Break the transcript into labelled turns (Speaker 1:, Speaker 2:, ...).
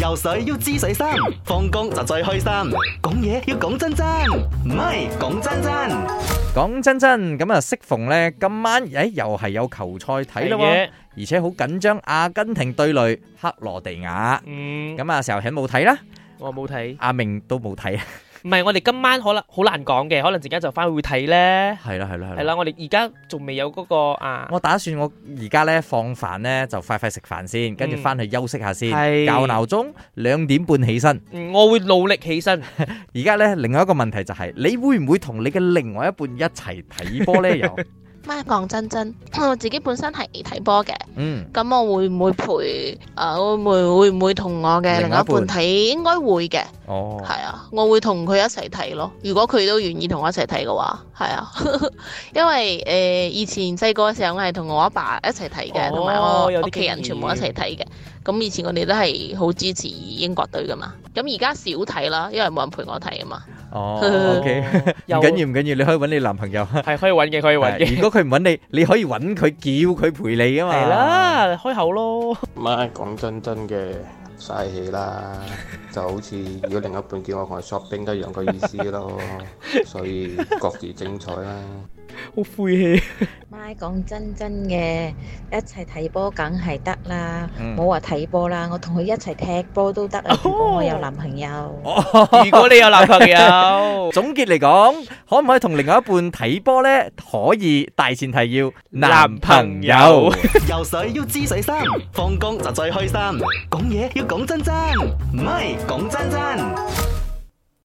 Speaker 1: 游水要知水深，放工就最開心。講嘢要講真真，唔係講真真。
Speaker 2: 講真真咁啊，適逢咧今晚誒又係有球賽睇咯喎，
Speaker 3: 嘅，
Speaker 2: 而且好緊張，阿根廷對壘克羅地亞。
Speaker 3: 嗯，
Speaker 2: 咁啊，時候肯冇睇啦，
Speaker 3: 我冇睇，
Speaker 2: 阿明都冇睇，
Speaker 3: 唔係我哋今晚可能好難講嘅，可能陣間就翻去睇咧，
Speaker 2: 係啦係啦
Speaker 3: 係。啦，我哋而家仲未有嗰個啊，
Speaker 2: 我打算我而家咧放飯咧就快快食飯先，跟住
Speaker 3: 嗯
Speaker 2: 翻去休息下先，
Speaker 3: 係
Speaker 2: 校鬧鐘兩點半起身。
Speaker 3: 嗯我會努力起身，
Speaker 2: 而家咧另外一個問題就係，你會唔會同你嘅另外一半一齊睇波咧？ 又
Speaker 4: 媽講真真， 我自己本身係睇波嘅，
Speaker 2: 嗯，
Speaker 4: 咁我會唔會陪誒、呃？會唔會會唔會同我嘅
Speaker 2: 另
Speaker 4: 另
Speaker 2: 外一
Speaker 4: 外一
Speaker 2: 半
Speaker 4: 半睇？應該會嘅，
Speaker 2: 哦，
Speaker 4: 係啊，我會同佢一齊睇咯。如果佢都願意同我一齊睇嘅話，係啊， 因為誒、呃以前細個嘅時候，我係同我阿爸一齊睇嘅，
Speaker 3: 哦
Speaker 4: 同埋、我
Speaker 3: 有
Speaker 4: 屋
Speaker 3: 啲經
Speaker 4: 企人全部一齊睇嘅。咁以前我哋都係好支持英國隊噶嘛，咁而家少睇啦，因為冇人陪我睇啊嘛。
Speaker 2: 哦，OK，唔
Speaker 3: 又
Speaker 2: 緊要唔緊要，你可以揾你男朋友。
Speaker 3: 係可以揾嘅，可以揾嘅，
Speaker 2: 如果佢唔揾你，你可以揾佢，叫佢陪你噶嘛。
Speaker 3: 係，啦，開口咯，
Speaker 5: 媽講真真嘅嘥氣啦，就好似如果另一半叫我同佢 shopping 都一樣嘅意思咯，所以各自精彩啦。
Speaker 3: 好晦氣。
Speaker 6: 咪講真真嘅，一齊睇波梗係得啦，
Speaker 2: 嗯
Speaker 6: 冇話睇波啦，我同佢一齊踢波都得啊！如果我有男朋友。
Speaker 3: 如果你有男朋 友，
Speaker 2: 總結嚟講，可唔可以同另外一半睇波呢？可以，大前提要男
Speaker 3: 男
Speaker 2: 朋
Speaker 3: 朋
Speaker 2: 友
Speaker 3: 友。
Speaker 1: 游水要知水深，放工就最開心。講嘢要講真真，唔係講真真。